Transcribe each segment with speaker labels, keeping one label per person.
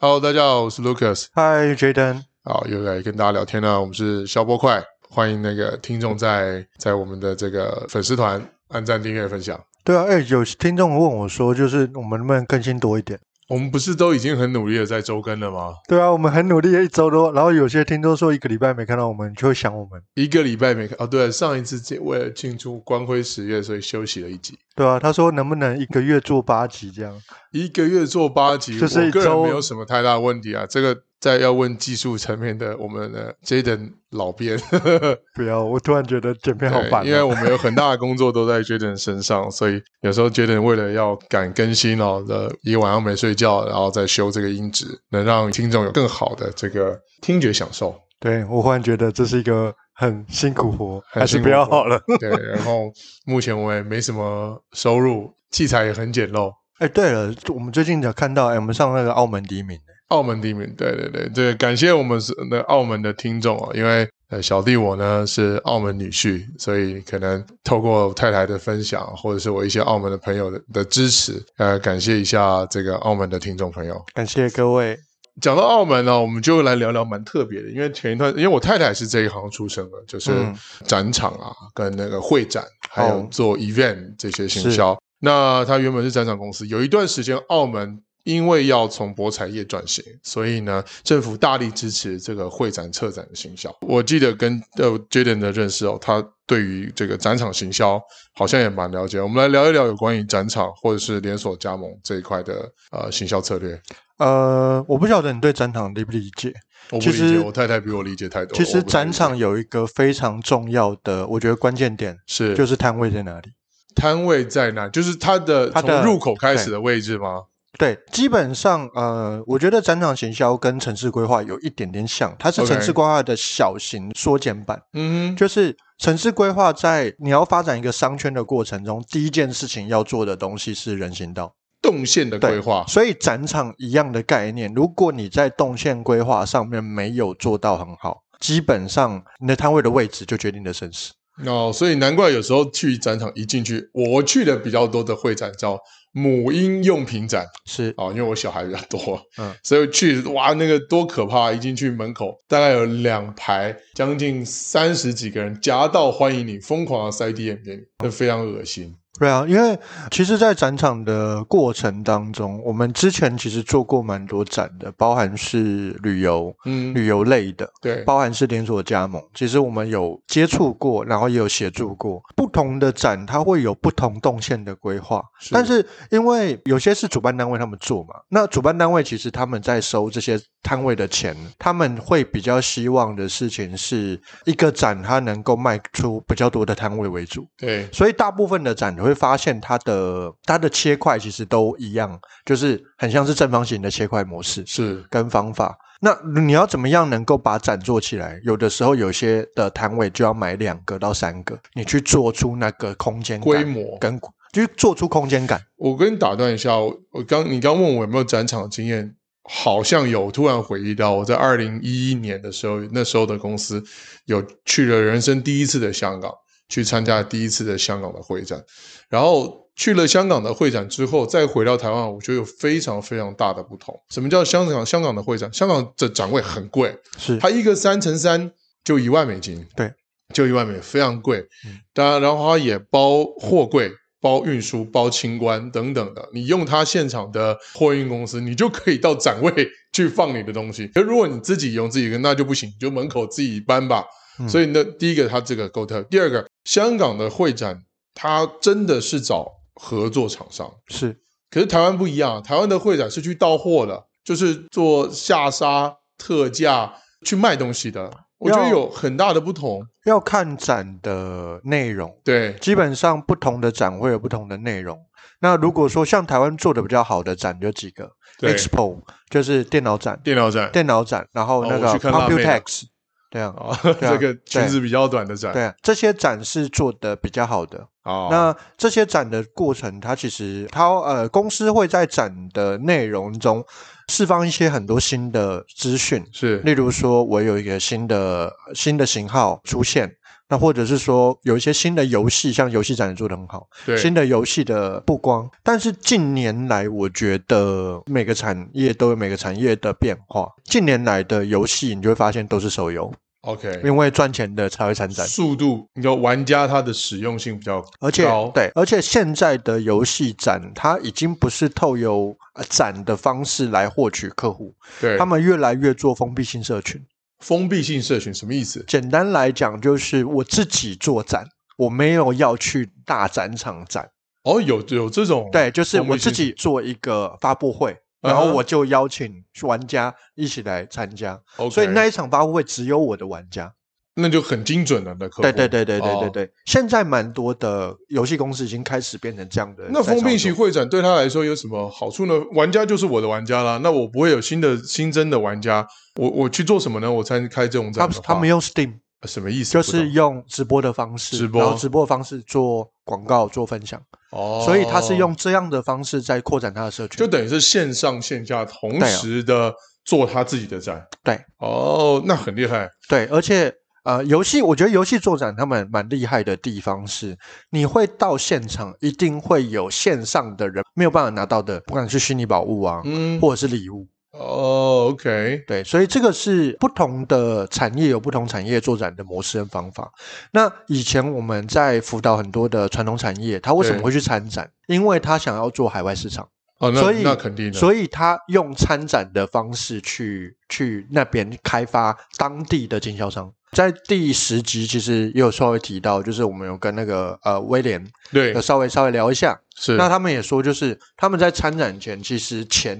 Speaker 1: Hello，大家好，我是 Lucas。
Speaker 2: 嗨，Jaden，
Speaker 1: 好，又来跟大家聊天了。我们是消波快，欢迎那个听众在在我们的这个粉丝团按赞、订阅、分享。
Speaker 2: 对啊，哎，有听众问我说，就是我们能不能更新多一点？
Speaker 1: 我们不是都已经很努力的在周更了吗？
Speaker 2: 对啊，我们很努力，一周都。然后有些听众说一个礼拜没看到我们，就会想我们。
Speaker 1: 一个礼拜没看哦，对，上一次这为了庆祝光辉十月，所以休息了一集。
Speaker 2: 对啊，他说能不能一个月做八集这样？
Speaker 1: 一个月做八集，
Speaker 2: 就是
Speaker 1: 我
Speaker 2: 一
Speaker 1: 个
Speaker 2: 周
Speaker 1: 人没有什么太大的问题啊。这个在要问技术层面的，我们的 Jaden 老编，
Speaker 2: 不要，我突然觉得剪片好
Speaker 1: 对
Speaker 2: 烦哦、
Speaker 1: 啊因为我们有很大的工作都在 Jaden 身上，所以有时候 Jaden 为了要赶更新哦，呃，一个晚上没睡觉，然后再修这个音质，能让听众有更好的这个听觉享受。
Speaker 2: 对我忽然觉得这是一个很辛苦活，
Speaker 1: 很
Speaker 2: 还是
Speaker 1: 辛苦
Speaker 2: 不要
Speaker 1: 活
Speaker 2: 好了。
Speaker 1: 对，然后目前我也没什么收入，器材也很简陋。
Speaker 2: 哎，对了，我们最近有看到，哎，我们上那个澳门第一名，
Speaker 1: 澳门第一名，对对对，这个感谢我们是那澳门的听众哦，因为呃小弟我呢是澳门女婿，所以可能透过太太的分享，或者是我一些澳门的朋友的的支持，呃，感谢一下这个澳门的听众朋友。
Speaker 2: 感谢各位。
Speaker 1: 讲到澳门呢、我们就来聊聊蛮特别的，因为前一段，因为我太太是这一行出身的，就是
Speaker 2: 嗯
Speaker 1: 展场啊，跟那个会展，还有
Speaker 2: 哦
Speaker 1: 做 event 这些行销。那她原本是展场公司，有一段时间澳门。因为要从博彩业转型，所以呢，政府大力支持这个会展、策展的行销。我记得跟呃 Jaden 的认识哦，他对于这个展场行销好像也蛮了解。我们来聊一聊有关于展场或者是连锁加盟这一块的呃行销策略。
Speaker 2: 呃，我不晓得你对展场理不理解。
Speaker 1: 我不
Speaker 2: 其
Speaker 1: 理解，
Speaker 2: 实
Speaker 1: 我太太比我理解太多。
Speaker 2: 其
Speaker 1: 我
Speaker 2: 实
Speaker 1: 不太
Speaker 2: 展
Speaker 1: 理解
Speaker 2: 场有一个非常重要的，我觉得关键点
Speaker 1: 是
Speaker 2: 就是是摊位在哪里。
Speaker 1: 摊位在哪，就是它的
Speaker 2: 它的
Speaker 1: 从入口开始的位置吗？
Speaker 2: 对，基本上呃，我觉得展场行销跟城市规划有一点点像，它是
Speaker 1: OK
Speaker 2: 城市规划的小型缩减版。
Speaker 1: 嗯哼，
Speaker 2: 就是城市规划在你要发展一个商圈的过程中，第一件事情要做的东西是人行道。
Speaker 1: 动线的
Speaker 2: 对
Speaker 1: 规划
Speaker 2: 所以展场一样的概念，如果你在动线规划上面没有做到很好，基本上你的摊位的位置就决定你的生死。
Speaker 1: 哦，所以难怪有时候去展场一进去，我去的比较多的会展叫母婴用品展
Speaker 2: 是，
Speaker 1: 啊、哦，因为我小孩比较多，
Speaker 2: 嗯，
Speaker 1: 所以去哇那个多可怕！一进去门口大概有两排，将近三十几个人夹道欢迎你，疯狂的塞 DM 给你，那非常恶心。
Speaker 2: 对啊，因为其实，在展场的过程当中，我们之前其实做过蛮多展的，包含是旅游、
Speaker 1: 嗯，
Speaker 2: 旅游类的，
Speaker 1: 对，
Speaker 2: 包含是连锁加盟，其实我们有接触过，然后也有协助过不同的展，它会有不同动线的规划。
Speaker 1: 是
Speaker 2: 但是因为有些是主办单位他们做嘛，那主办单位其实他们在收这些摊位的钱，他们会比较希望的事情是一个展它能够卖出比较多的摊位为主，
Speaker 1: 对，
Speaker 2: 所以大部分的展你会发现它的它的切块其实都一样，就是很像是正方形的切块模式。
Speaker 1: 是
Speaker 2: 跟方法。那你要怎么样能够把展做起来？有的时候有些的摊位就要买两个到三个，你去做出那个空间感
Speaker 1: 规模
Speaker 2: 跟就是做出空间感。
Speaker 1: 我跟你打断一下，我我刚你刚问我有没有展场经验，好像有。突然回忆到我在二零一一年的时候，那时候的公司有去了人生第一次的香港，去参加第一次的香港的会展，然后。去了香港的会展之后，再回到台湾，我觉得有非常非常大的不同。什么叫香港？香港的会展，香港的展位很贵，
Speaker 2: 是
Speaker 1: 它一个三乘三就一万美金，
Speaker 2: 对，
Speaker 1: 就一万美金，非常贵
Speaker 2: 嗯。
Speaker 1: 当然，然后它也包货柜、包运输、包清关等等的。你用它现场的货运公司，你就可以到展位去放你的东西。可如果你自己用自己的，那就不行，你就门口自己搬吧。
Speaker 2: 嗯
Speaker 1: 所以呢，第一个它这个够特，第二个香港的会展，它真的是找合作厂商。
Speaker 2: 是
Speaker 1: 可是台湾不一样，台湾的会展是去到货的，就是做下杀、特价去卖东西的。我觉得
Speaker 2: 要
Speaker 1: 有很大的不同。
Speaker 2: 要看展的内容，
Speaker 1: 对，
Speaker 2: 基本上不同的展会有不同的内容。那如果说像台湾做的比较好的展有几个
Speaker 1: 对
Speaker 2: ，Expo 就是电脑展，
Speaker 1: 电脑展
Speaker 2: 电脑展，然后
Speaker 1: 哦
Speaker 2: 那
Speaker 1: 我
Speaker 2: 个
Speaker 1: 去看辣妹了
Speaker 2: Computex，对 啊，
Speaker 1: 啊，
Speaker 2: 对啊
Speaker 1: 这个裙子比较短的展
Speaker 2: 对啊，这些展是做的比较好的。
Speaker 1: 啊，
Speaker 2: 那这些展的过程，它其实它呃，公司会在展的内容中释放一些很多新的资讯，
Speaker 1: 是
Speaker 2: 例如说，我有一个新的新的型号出现，那或者是说有一些新的游戏，像游戏展也做得很好，
Speaker 1: 对，
Speaker 2: 新的游戏的曝光。但是近年来，我觉得每个产业都有每个产业的变化。近年来的游戏，你就会发现都是手游，
Speaker 1: OK，
Speaker 2: 因为赚钱的才会参展。
Speaker 1: 速度，你知道玩家他的使用性比较高，
Speaker 2: 而且对，而且现在的游戏展，它已经不是透由呃展的方式来获取客户，
Speaker 1: 对
Speaker 2: 他们越来越做封闭性社群。
Speaker 1: 封闭性社群什么意思？
Speaker 2: 简单来讲，就是我自己做展，我没有要去大展场展。
Speaker 1: 哦，有有这种
Speaker 2: 对，就是
Speaker 1: 封闭
Speaker 2: 我自
Speaker 1: 性
Speaker 2: 己做一个发布会，
Speaker 1: 嗯哼
Speaker 2: 然后我就邀请玩家一起来参加，
Speaker 1: ，OK，
Speaker 2: 所以那一场发布会只有我的玩家。
Speaker 1: 那就很精准了的客户，
Speaker 2: 对对对对对对
Speaker 1: 哦
Speaker 2: 对，现在蛮多的游戏公司已经开始变成这样的在操
Speaker 1: 那
Speaker 2: 作。
Speaker 1: 封闭型会展对他来说有什么好处呢？玩家就是我的玩家啦，那我不会有新的新增的玩家，我我去做什么呢？我才开这种
Speaker 2: 他
Speaker 1: 展的
Speaker 2: 们
Speaker 1: 话，
Speaker 2: 他们用 Steam，
Speaker 1: 什么意思？
Speaker 2: 就
Speaker 1: 不
Speaker 2: 是
Speaker 1: 懂
Speaker 2: 用直播的方式，
Speaker 1: 直播
Speaker 2: 然后直播的方式做广告、做分享，
Speaker 1: 哦，
Speaker 2: 所以他是用这样的方式在扩展他的社群。
Speaker 1: 就等于是线上线下同
Speaker 2: 对啊
Speaker 1: 时的做他自己的展，
Speaker 2: 对
Speaker 1: 哦，那很厉害，
Speaker 2: 对，而且呃，游戏我觉得游戏作展他们蛮厉害的地方是，你会到现场，一定会有线上的人没有办法拿到的，不管是虚拟宝物啊，
Speaker 1: 嗯，
Speaker 2: 或者是礼物。
Speaker 1: 哦，OK，
Speaker 2: 对，所以这个是不同的产业有不同产业作展的模式跟方法。那以前我们在辅导很多的传统产业，他为什么
Speaker 1: 对
Speaker 2: 会去参展？因为他想要做海外市场，
Speaker 1: 哦，那
Speaker 2: 所以
Speaker 1: 那肯定的，
Speaker 2: 所以他用参展的方式去去那边开发当地的经销商。在第十集其实也有稍微提到，就是我们有跟那个呃威廉
Speaker 1: 对
Speaker 2: 有，稍微稍微聊一下，
Speaker 1: 是
Speaker 2: 那他们也说，就是他们在参展前，其实前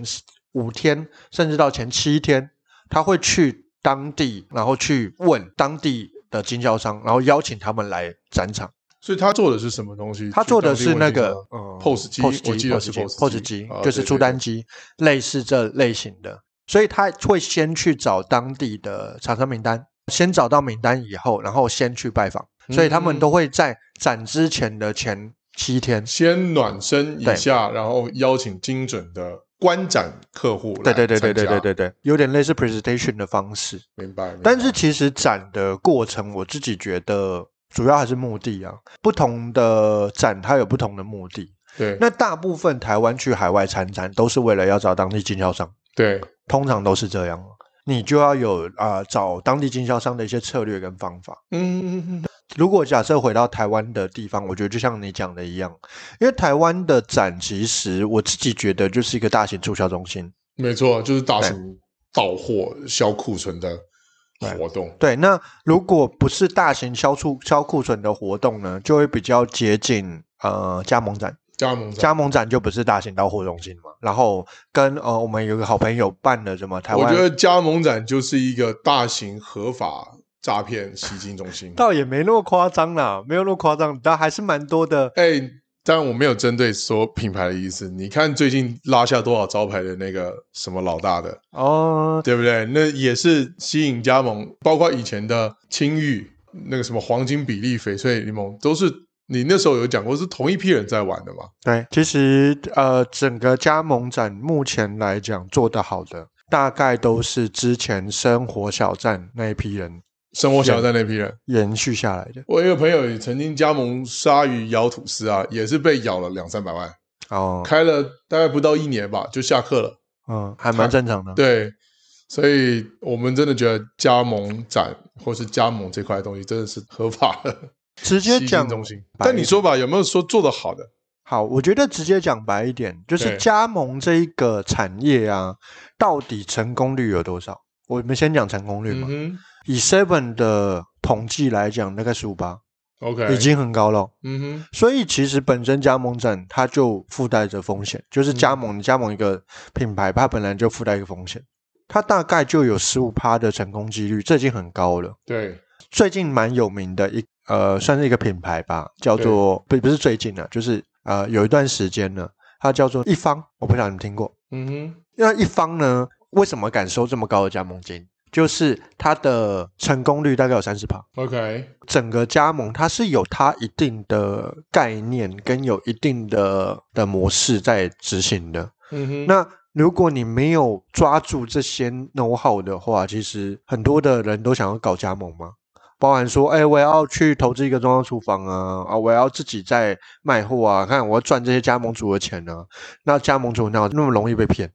Speaker 2: 五天甚至到前七天，他会去当地，然后去问当地的经销商，然后邀请他们来展场。
Speaker 1: 所以他做的是什么东西？
Speaker 2: 他做的
Speaker 1: 去
Speaker 2: 是
Speaker 1: 当地
Speaker 2: 那
Speaker 1: 问
Speaker 2: 个
Speaker 1: 经销商
Speaker 2: 嗯
Speaker 1: POS 呃机
Speaker 2: POS
Speaker 1: 我记
Speaker 2: 机、
Speaker 1: 得
Speaker 2: POS
Speaker 1: 是
Speaker 2: 机、
Speaker 1: POS 机
Speaker 2: 机
Speaker 1: 啊，
Speaker 2: 就
Speaker 1: 对
Speaker 2: 是
Speaker 1: 对
Speaker 2: 出单
Speaker 1: 对
Speaker 2: 机，类似这类型的。所以他会先去找当地的厂商名单，先找到名单以后，然后先去拜访。所以他们
Speaker 1: 嗯
Speaker 2: 都会在展之前的前七天，
Speaker 1: 先暖身一
Speaker 2: 对
Speaker 1: 下，然后邀请精准的观展客户来
Speaker 2: 对对对对
Speaker 1: 参
Speaker 2: 对对
Speaker 1: 加，
Speaker 2: 对对，有点类似 presentation 的方式。
Speaker 1: 明白。明白
Speaker 2: 但是其实展的过程，我自己觉得主要还是目的啊，不同的展它有不同的目的。
Speaker 1: 对
Speaker 2: 那大部分台湾去海外参展都是为了要找当地经销商，
Speaker 1: 对
Speaker 2: 通常都是这样。啊你就要有啊、呃找当地经销商的一些策略跟方法。
Speaker 1: 嗯，
Speaker 2: 如果假设回到台湾的地方，我觉得就像你讲的一样，因为台湾的展其实我自己觉得就是一个大型促销中心，
Speaker 1: 没错，就是大型到货销库存的活动。
Speaker 2: 对，那如果不是大型消除消库存的活动呢，就会比较接近呃加盟展。
Speaker 1: 加盟
Speaker 2: 加
Speaker 1: 展，
Speaker 2: 盟展就不是大型到货中心嘛，然后跟呃我们有个好朋友办了什么台
Speaker 1: 我
Speaker 2: 湾
Speaker 1: 觉，得加盟展就是一个大型合法诈骗吸金中心。
Speaker 2: 倒也没那么夸张啦，没有那么夸张，但还是蛮多的。
Speaker 1: 哎，当然我没有针对说品牌的意思。你看最近拉下多少招牌的那个什么老大的，
Speaker 2: 哦，
Speaker 1: 对不对？那也是吸引加盟，包括以前的青玉那个什么黄金比例翡翠柠檬，都是你那时候有讲过是同一批人在玩的嘛？
Speaker 2: 对，其实呃整个加盟展目前来讲做得好的，大概都是之前生活小站那一批人
Speaker 1: 生活小站那批人，
Speaker 2: 延续下来的。
Speaker 1: 我有一个朋友也曾经加盟鲨鱼咬吐司啊，也是被咬了两三百万，
Speaker 2: 哦，
Speaker 1: 开了大概不到一年吧就下课了。
Speaker 2: 嗯，还蛮正常的。
Speaker 1: 对，所以我们真的觉得加盟展或是加盟这块东西真的是合法 的
Speaker 2: 直接
Speaker 1: 吸
Speaker 2: 讲
Speaker 1: 金中心。
Speaker 2: 白
Speaker 1: 但你
Speaker 2: 一
Speaker 1: 说吧，有没有说做的好的？
Speaker 2: 好，我觉得直接讲白一点，就是
Speaker 1: 对
Speaker 2: 加盟这一个产业啊，到底成功率有多少？我们先讲成功率
Speaker 1: 嗯
Speaker 2: 嘛。
Speaker 1: 哼
Speaker 2: 以 Seven 的统计来讲，大概十五八，
Speaker 1: ，OK，
Speaker 2: 已经很高了。
Speaker 1: 嗯哼。
Speaker 2: 所以其实本身加盟展它就附带着风险，就是加盟、你加盟一个品牌，它本来就附带一个风险，它大概就有十五趴的成功几率，这已经很高了。
Speaker 1: 对，
Speaker 2: 最近蛮有名的一呃，算是一个品牌吧，叫做不不是最近了、就是呃有一段时间呢，它叫做一方，我不知道你们听过。
Speaker 1: 嗯哼，
Speaker 2: 那一方呢，为什么敢收这么高的加盟金？就是它的成功率大概有三十趴，
Speaker 1: OK，
Speaker 2: 整个加盟它是有它一定的概念跟有一定的的模式在执行的。
Speaker 1: 嗯哼，
Speaker 2: 那如果你没有抓住这些 know how 的话，其实很多的人都想要搞加盟嘛。包含说，哎，我也要去投资一个中央厨房啊，啊，我要自己在卖货啊，看我要赚这些加盟主的钱呢、啊。那加盟主那那么容易被骗，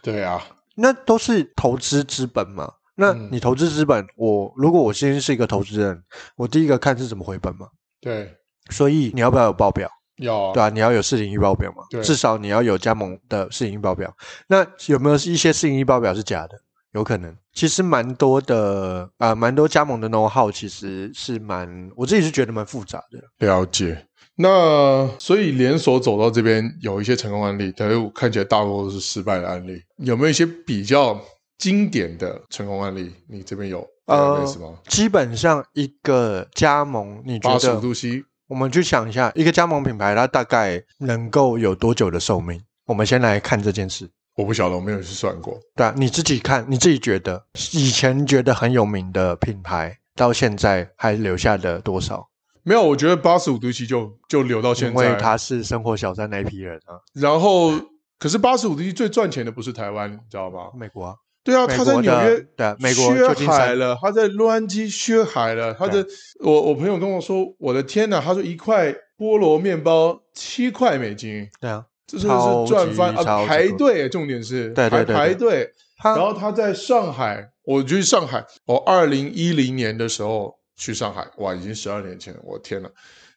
Speaker 1: 对啊，
Speaker 2: 那都是投资资本嘛。那
Speaker 1: 嗯
Speaker 2: 你投资资本，我如果我今天是一个投资人，我第一个看是怎么回本嘛。
Speaker 1: 对，
Speaker 2: 所以你要不要有报表？
Speaker 1: 要啊，
Speaker 2: 对啊，你要有事情预报表嘛
Speaker 1: 对，
Speaker 2: 至少你要有加盟的事情预报表。那有没有一些事情预报表是假的？有可能，其实蛮多的啊、呃蛮多加盟的 know how 其实是蛮，我自己是觉得蛮复杂的。
Speaker 1: 了解。那所以连锁走到这边有一些成功案例，但是我看起来大多都是失败的案例。有没有一些比较经典的成功案例？你这边有
Speaker 2: 呃
Speaker 1: 类似吗？
Speaker 2: 基本上一个加盟，你觉
Speaker 1: 八十五
Speaker 2: 得
Speaker 1: 度 C，
Speaker 2: 我们去想一下，一个加盟品牌它大概能够有多久的寿命？我们先来看这件事。
Speaker 1: 我不晓得，我没有去算过。
Speaker 2: 对啊，你自己看，你自己觉得以前觉得很有名的品牌，到现在还留下的多少？
Speaker 1: 没有，我觉得八十五度 C 就就留到现
Speaker 2: 因为
Speaker 1: 在。
Speaker 2: 他是生活小站那一批人啊，
Speaker 1: 然后，可是八十五度 C 最赚钱的不是台湾，你知道吗？
Speaker 2: 美国、啊，
Speaker 1: 对啊，
Speaker 2: 美
Speaker 1: 他在
Speaker 2: 国
Speaker 1: 纽
Speaker 2: 的
Speaker 1: 约
Speaker 2: 对啊美国
Speaker 1: 削
Speaker 2: 旧金
Speaker 1: 海
Speaker 2: 山
Speaker 1: 了，他在洛杉矶削海了。他的我我朋友跟我说，我的天哪，他说一块菠萝面包七块美金，
Speaker 2: 对啊，
Speaker 1: 这真的是赚翻
Speaker 2: 超级超
Speaker 1: 啊！
Speaker 2: 级
Speaker 1: 排队，重点是
Speaker 2: 对对
Speaker 1: 还
Speaker 2: 对对
Speaker 1: 排队。
Speaker 2: 他
Speaker 1: 然后他在上海，我去上海，我二零一零年的时候去上海，哇，已经十二年前了，我天哪！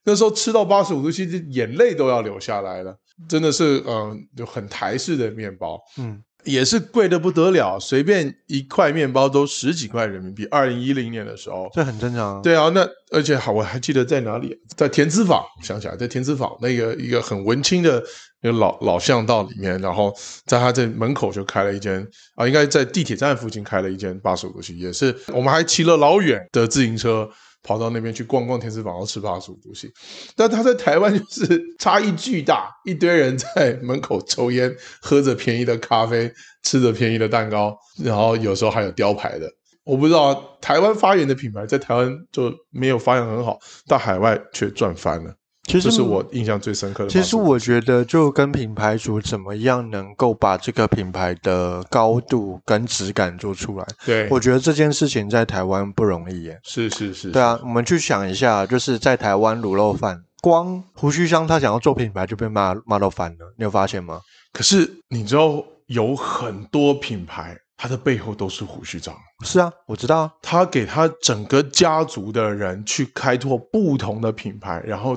Speaker 1: 那时候吃到八十五度 C，眼泪都要流下来了，真的是嗯、呃就很台式的面包。
Speaker 2: 嗯，
Speaker 1: 也是贵的不得了，随便一块面包都十几块人民币。二零一零年的时候，
Speaker 2: 这很正常啊。
Speaker 1: 对啊，那而且好，我还记得在哪里，在田子坊，想起来在田子坊那个一个很文青的那个老老巷道里面，然后在他这门口就开了一间啊，应该在地铁站附近开了一间八十五度 C，也是我们还骑了老远的自行车。跑到那边去逛逛田子坊，然后吃八十五度 C。但他在台湾就是差异巨大，一堆人在门口抽烟，喝着便宜的咖啡，吃着便宜的蛋糕，然后有时候还有雕牌的。我不知道台湾发源的品牌在台湾就没有发扬很好，到海外却赚翻了，
Speaker 2: 其
Speaker 1: 这
Speaker 2: 实
Speaker 1: 是我印象最深刻的发
Speaker 2: 其
Speaker 1: 现。
Speaker 2: 实我觉得，就跟品牌主怎么样能够把这个品牌的高度跟质感做出来，
Speaker 1: 对，
Speaker 2: 我觉得这件事情在台湾不容易耶。
Speaker 1: 是是是，
Speaker 2: 对啊，我们去想一下，就是在台湾卤肉饭，光胡须香他想要做品牌就被骂骂到翻了，你有发现吗？
Speaker 1: 可是你知道有很多品牌，它的背后都是胡须章，
Speaker 2: 是啊，我知道啊，
Speaker 1: 他给他整个家族的人去开拓不同的品牌，然后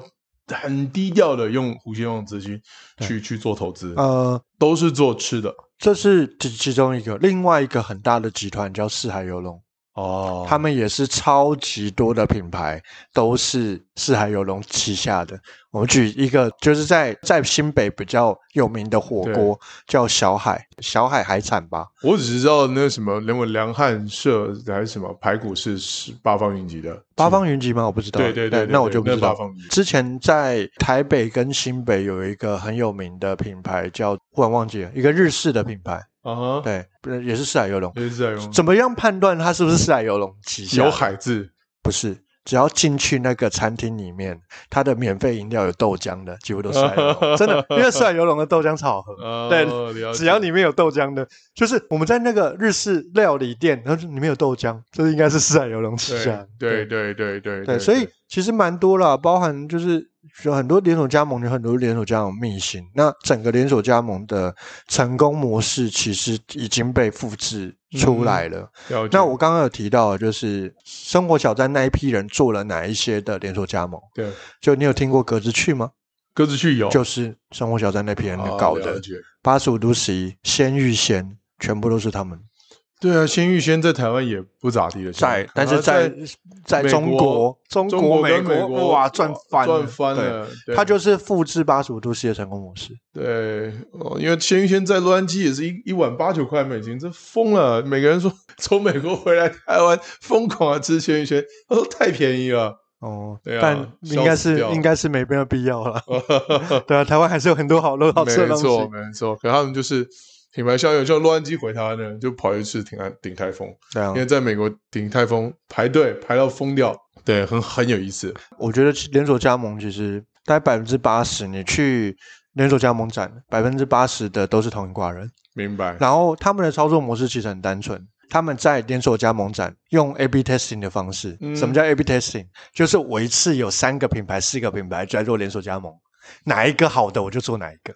Speaker 1: 很低调的用胡须章的资金去去做投资，
Speaker 2: 呃，
Speaker 1: 都是做吃的
Speaker 2: 这是其其中一个，另外一个很大的集团叫四海游龙，
Speaker 1: 哦
Speaker 2: 他们也是超级多的品牌，都是四海游龙旗下的。我们举一个，就是在在新北比较有名的火
Speaker 1: 对
Speaker 2: 锅叫小海，小海海产吧，
Speaker 1: 我只知道那什么，连我梁汉社还是什么排骨是十八方云集的
Speaker 2: 八方云集吗？我不知道。
Speaker 1: 对对对对
Speaker 2: 那我就不
Speaker 1: 对
Speaker 2: 知道
Speaker 1: 那八方云集。
Speaker 2: 之前在台北跟新北有一个很有名的品牌叫，忽然忘记了，一个日式的品牌，
Speaker 1: 啊哈，
Speaker 2: 对，不是也是四海游龙。
Speaker 1: 也是在用
Speaker 2: 怎么样判断它是不是四海游龙旗下的？
Speaker 1: 有海字
Speaker 2: 不是，只要进去那个餐厅里面，它的免费饮料有豆浆的，几乎都是海游 龙，真的，因为帅游龙的豆浆超好喝。
Speaker 1: 哦
Speaker 2: 对
Speaker 1: 了解
Speaker 2: 只要里面有豆浆的，就是我们在那个日式料理店，然后就里面有豆浆，这应该是四海游龙旗下
Speaker 1: 对。对对对对
Speaker 2: 对所以其实蛮多啦，包含就是有很多连锁加盟，有很多连锁加盟秘辛。那整个连锁加盟的成功模式，其实已经被复制
Speaker 1: 嗯
Speaker 2: 出来了。
Speaker 1: 了解
Speaker 2: 那我刚刚有提到，就是生活小站那一批人做了哪一些的连锁加盟？
Speaker 1: 对
Speaker 2: 就你有听过格子趣吗？
Speaker 1: 鸽子去有
Speaker 2: 就是生活小站那批人
Speaker 1: 哦
Speaker 2: 搞
Speaker 1: 了
Speaker 2: 的，
Speaker 1: 解
Speaker 2: 八十五度十一、鲜芋仙，全部都是他们
Speaker 1: 对啊，鲜芋仙在台湾也不咋地的，
Speaker 2: 在，但是
Speaker 1: 在
Speaker 2: 在在
Speaker 1: 美
Speaker 2: 中
Speaker 1: 国
Speaker 2: 国、中
Speaker 1: 中国
Speaker 2: 美
Speaker 1: 跟美国
Speaker 2: 哇赚翻
Speaker 1: 赚翻
Speaker 2: 对
Speaker 1: 了，对
Speaker 2: 它就是复制八十五度 C 的成功模式。
Speaker 1: 对，哦，因为鲜芋仙在洛杉矶也是一一碗八九块美金，这疯了！每个人说 从美国回来台湾疯狂的吃鲜芋仙，他说太便宜了。
Speaker 2: 哦，
Speaker 1: 对啊
Speaker 2: 但应该
Speaker 1: 笑死
Speaker 2: 是
Speaker 1: 掉
Speaker 2: 应该是没那个必 要了。对啊，台湾还是有很多好多好吃的
Speaker 1: 没
Speaker 2: 东
Speaker 1: 错，
Speaker 2: 西。
Speaker 1: 没错。可他们就是品牌效应，像洛杉矶回台湾的人就跑去吃鼎泰鼎泰丰，
Speaker 2: 对啊
Speaker 1: 因，为在美国鼎泰丰排队排到疯掉，对，很很有意思。
Speaker 2: 我觉得连锁加盟其实大概百分之八十，你去连锁加盟展，百分之八十的都是同一挂人。
Speaker 1: 明白？
Speaker 2: 然后他们的操作模式其实很单纯，他们在连锁加盟展用 A/B testing 的方式。
Speaker 1: 嗯
Speaker 2: 什么叫 A/B testing？就是我一次有三个品牌、四个品牌就在做连锁加盟，哪一个好的我就做哪一个，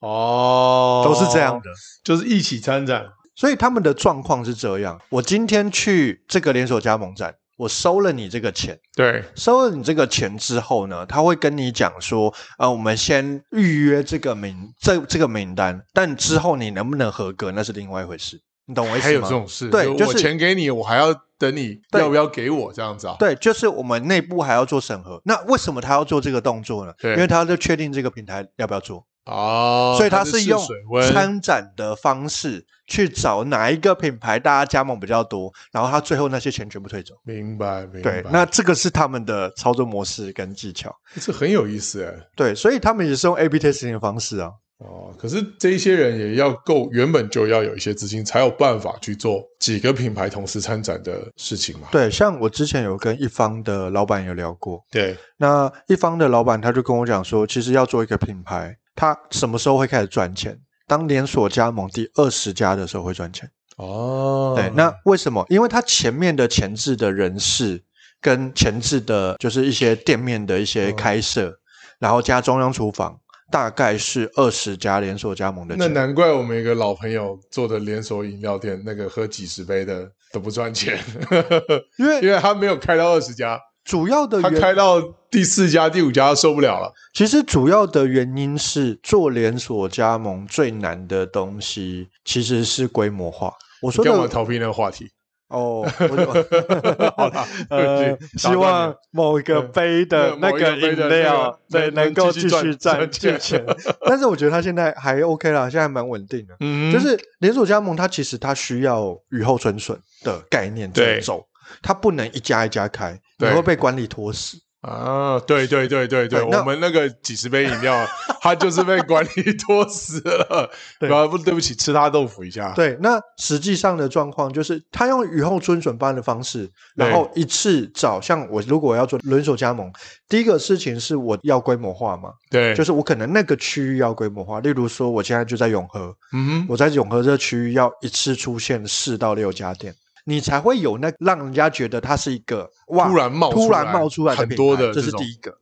Speaker 1: 哦，
Speaker 2: 都是这样的。
Speaker 1: 就是一起参展，
Speaker 2: 所以他们的状况是这样：我今天去这个连锁加盟展，我收了你这个钱，
Speaker 1: 对，
Speaker 2: 收了你这个钱之后呢，他会跟你讲说，呃，我们先预约这个名这这个名单，但之后你能不能合格那是另外一回事，你懂我意思吗？
Speaker 1: 还有这种事，
Speaker 2: 对
Speaker 1: 就
Speaker 2: 就
Speaker 1: 我
Speaker 2: 是
Speaker 1: 钱给你，我还要等你
Speaker 2: 对
Speaker 1: 要不要给我这样子啊？
Speaker 2: 对，就是我们内部还要做审核。那为什么他要做这个动作呢？
Speaker 1: 对
Speaker 2: 因为他要确定这个平台要不要做，
Speaker 1: 哦，
Speaker 2: 所以他
Speaker 1: 是
Speaker 2: 是用
Speaker 1: 试水温
Speaker 2: 参展的方式去找哪一个品牌大家加盟比较多，然后他最后那些钱全部退走。
Speaker 1: 明白明白，
Speaker 2: 对，那这个是他们的操作模式跟技巧。
Speaker 1: 这很有意思哎。
Speaker 2: 对，所以他们也是用 A/B testing 的方式啊。
Speaker 1: 哦，可是这一些人也要够，原本就要有一些资金，才有办法去做几个品牌同时参展的事情嘛。
Speaker 2: 对，像我之前有跟一方的老板有聊过，
Speaker 1: 对，
Speaker 2: 那一方的老板他就跟我讲说，其实要做一个品牌，他什么时候会开始赚钱？当连锁加盟第二十家的时候会赚钱。
Speaker 1: 哦，
Speaker 2: 对，那为什么？因为他前面的前置的人事跟前置的，就是一些店面的一些
Speaker 1: 嗯
Speaker 2: 开设，然后加中央厨房，大概是二十家连锁加盟的
Speaker 1: 那
Speaker 2: 钱。
Speaker 1: 难怪我们一个老朋友做的连锁饮料店，那个喝几十杯的都不赚钱，
Speaker 2: 因为
Speaker 1: 因为他没有开到二十家，
Speaker 2: 主要的
Speaker 1: 他
Speaker 2: 原
Speaker 1: 开到第四家、第五家受不了了。
Speaker 2: 其实主要的原因是做连锁加盟最难的东西其实是规模化。我
Speaker 1: 你
Speaker 2: 说的
Speaker 1: 干嘛逃避那个话 题？
Speaker 2: 哦，我
Speaker 1: 好啦对 不，起打
Speaker 2: 呃
Speaker 1: 断你
Speaker 2: 希望某个杯的
Speaker 1: 嗯
Speaker 2: 那
Speaker 1: 某一个
Speaker 2: 个
Speaker 1: 杯的
Speaker 2: 饮料
Speaker 1: 那个
Speaker 2: 对能够
Speaker 1: 能继续
Speaker 2: 继续
Speaker 1: 赚
Speaker 2: 赚
Speaker 1: 赚
Speaker 2: 赚
Speaker 1: 钱
Speaker 2: 钱， 但是我觉得他现在还 OK 啦，现在还蛮稳定的。
Speaker 1: 嗯
Speaker 2: 就是连锁加盟，它其实它需要雨后春笋的概念在
Speaker 1: 对
Speaker 2: 走，它不能一家一家开，你
Speaker 1: 对
Speaker 2: 会被管理拖死。
Speaker 1: 啊，对对对对对，
Speaker 2: 对哎那
Speaker 1: 我们那个几十杯饮 料，他就是被管理拖死了。
Speaker 2: 对
Speaker 1: 然后不对不起，吃他豆腐一下。
Speaker 2: 对，那实际上的状况就是，他用雨后春笋般的方式，
Speaker 1: 对
Speaker 2: 然后一次找像我如果我要做轮手加盟，第一个事情是我要规模化嘛，
Speaker 1: 对，
Speaker 2: 就是是我可能那个区域要规模化，例如说我现在就在永和，
Speaker 1: 嗯哼，
Speaker 2: 我在永和这个区域要一次出现四到六家店，你才会有那让人家觉得它是一个哇
Speaker 1: 突然冒
Speaker 2: 突然冒
Speaker 1: 出
Speaker 2: 出
Speaker 1: 来
Speaker 2: 来
Speaker 1: 很
Speaker 2: 的品
Speaker 1: 多
Speaker 2: 牌
Speaker 1: 的
Speaker 2: 这
Speaker 1: 这
Speaker 2: 是
Speaker 1: 种
Speaker 2: 第一个。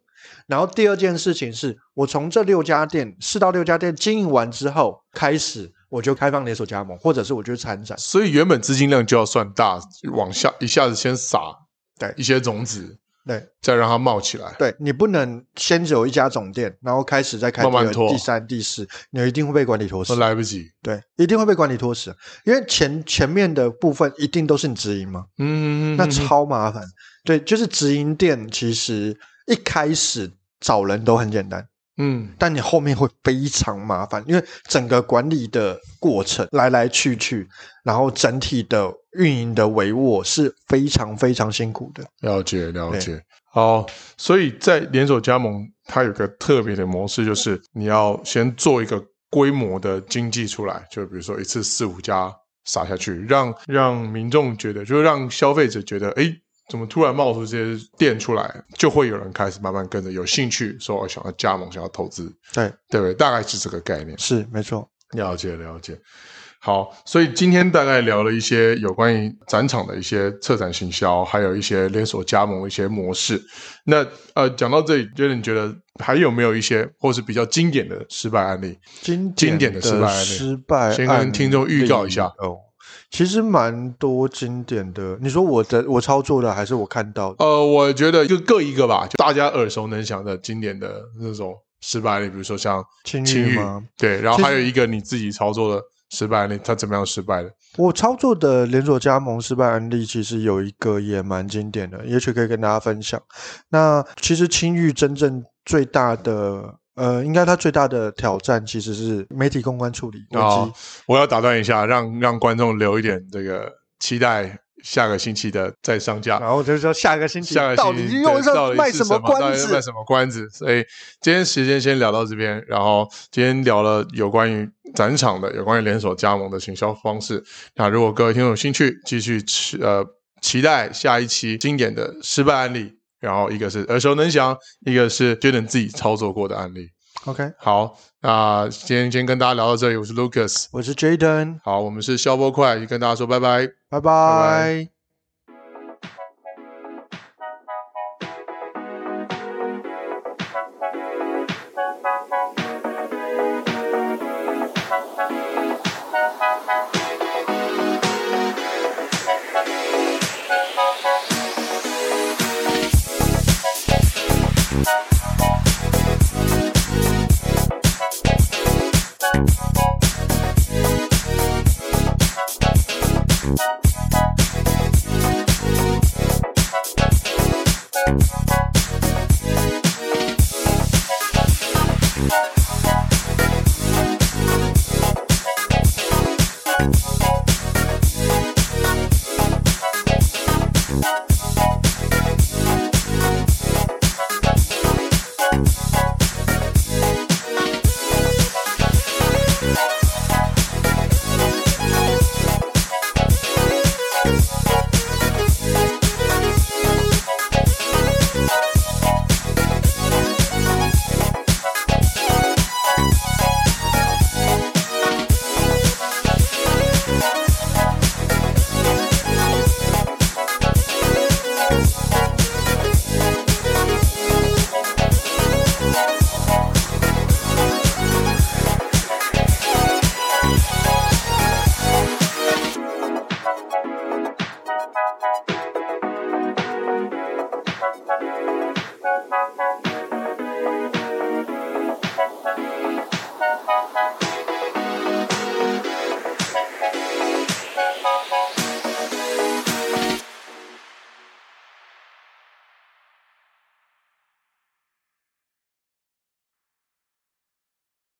Speaker 2: 然后第二件事情是我从这六家店四到六家店经营完之后，开始我就开放连锁加盟，或者是我就参展。
Speaker 1: 所以原本资金量就要算大，往下一下子先撒
Speaker 2: 对
Speaker 1: 一些种子，
Speaker 2: 对
Speaker 1: 再让它冒起来。
Speaker 2: 对，你不能先有一家总店，然后开始再开
Speaker 1: 慢
Speaker 2: 第
Speaker 1: 慢
Speaker 2: 二、
Speaker 1: 拖
Speaker 2: 第三、第四，你一定会被管理拖
Speaker 1: 都
Speaker 2: 死。
Speaker 1: 来不及。
Speaker 2: 对，一定会被管理拖死，因为前前面的部分一定都是你直营嘛。
Speaker 1: 嗯，
Speaker 2: 那超麻烦。对，就是直营店，其实一开始找人都很简单，
Speaker 1: 嗯，
Speaker 2: 但你后面会非常麻烦，因为整个管理的过程来来去去，然后整体的运营的维握是非常非常辛苦的。
Speaker 1: 了解了解。好，所以在连锁加盟，它有个特别的模式，就是你要先做一个规模的经济出来，就比如说一次四五家撒下去，让让民众觉得，就是让消费者觉得，诶，怎么突然冒出这些店出来，就会有人开始慢慢跟着有兴趣，说哦我想要加盟，想要投资，
Speaker 2: 对，
Speaker 1: 对不对？大概是这个概念。
Speaker 2: 是没错。
Speaker 1: 了解了解，好，所以今天大概聊了一些有关于展场的一些策展行销，还有一些连锁加盟的一些模式。那呃，讲到这里 j a 你觉得还有没有一些或是比较经典的失败案例？
Speaker 2: 经
Speaker 1: 经典
Speaker 2: 典
Speaker 1: 的
Speaker 2: 的
Speaker 1: 失败案例
Speaker 2: 失败案例，
Speaker 1: 先跟听众预告一下
Speaker 2: 哦。其实蛮多经典的，你说我的我操作的还是我看到的？
Speaker 1: 呃，我觉得就各一个吧，就大家耳熟能详的经典的那种失败案例，比如说像
Speaker 2: 情
Speaker 1: 情
Speaker 2: 侣
Speaker 1: 侣
Speaker 2: 吗？
Speaker 1: 对，然后
Speaker 2: 其实
Speaker 1: 还有一个你自己操作的失败案例，它怎么样失败的？
Speaker 2: 我操作的连锁加盟失败案例，其实有一个也蛮经典的，也许可以跟大家分享。那其实青玉真正最大的，呃，应该它最大的挑战其实是媒体公关处理危机。
Speaker 1: 哦我要打断一下，让让观众留一点这个期待，下个星期的再上架。
Speaker 2: 然后就是说下个星期
Speaker 1: 下个
Speaker 2: 到
Speaker 1: 星
Speaker 2: 底
Speaker 1: 期
Speaker 2: 又
Speaker 1: 对到
Speaker 2: 要
Speaker 1: 底
Speaker 2: 卖
Speaker 1: 是
Speaker 2: 什
Speaker 1: 什
Speaker 2: 么关
Speaker 1: 到底
Speaker 2: 子
Speaker 1: 卖？什么关子？所以今天时间先聊到这边，然后今天聊了有关于展场的、有关于连锁加盟的行销方式。那如果各位听众有兴趣，继续期呃期待下一期经典的失败案例，然后一个是耳熟能详，一个是 Jaden 自己操作过的案例。
Speaker 2: OK，
Speaker 1: 好，那今天先跟大家聊到这里，我是 Lucas。
Speaker 2: 我是 Jaden，
Speaker 1: 好，我们是消波快，就跟大家说拜拜。
Speaker 2: 拜
Speaker 1: 拜
Speaker 2: 拜。
Speaker 3: Thank you.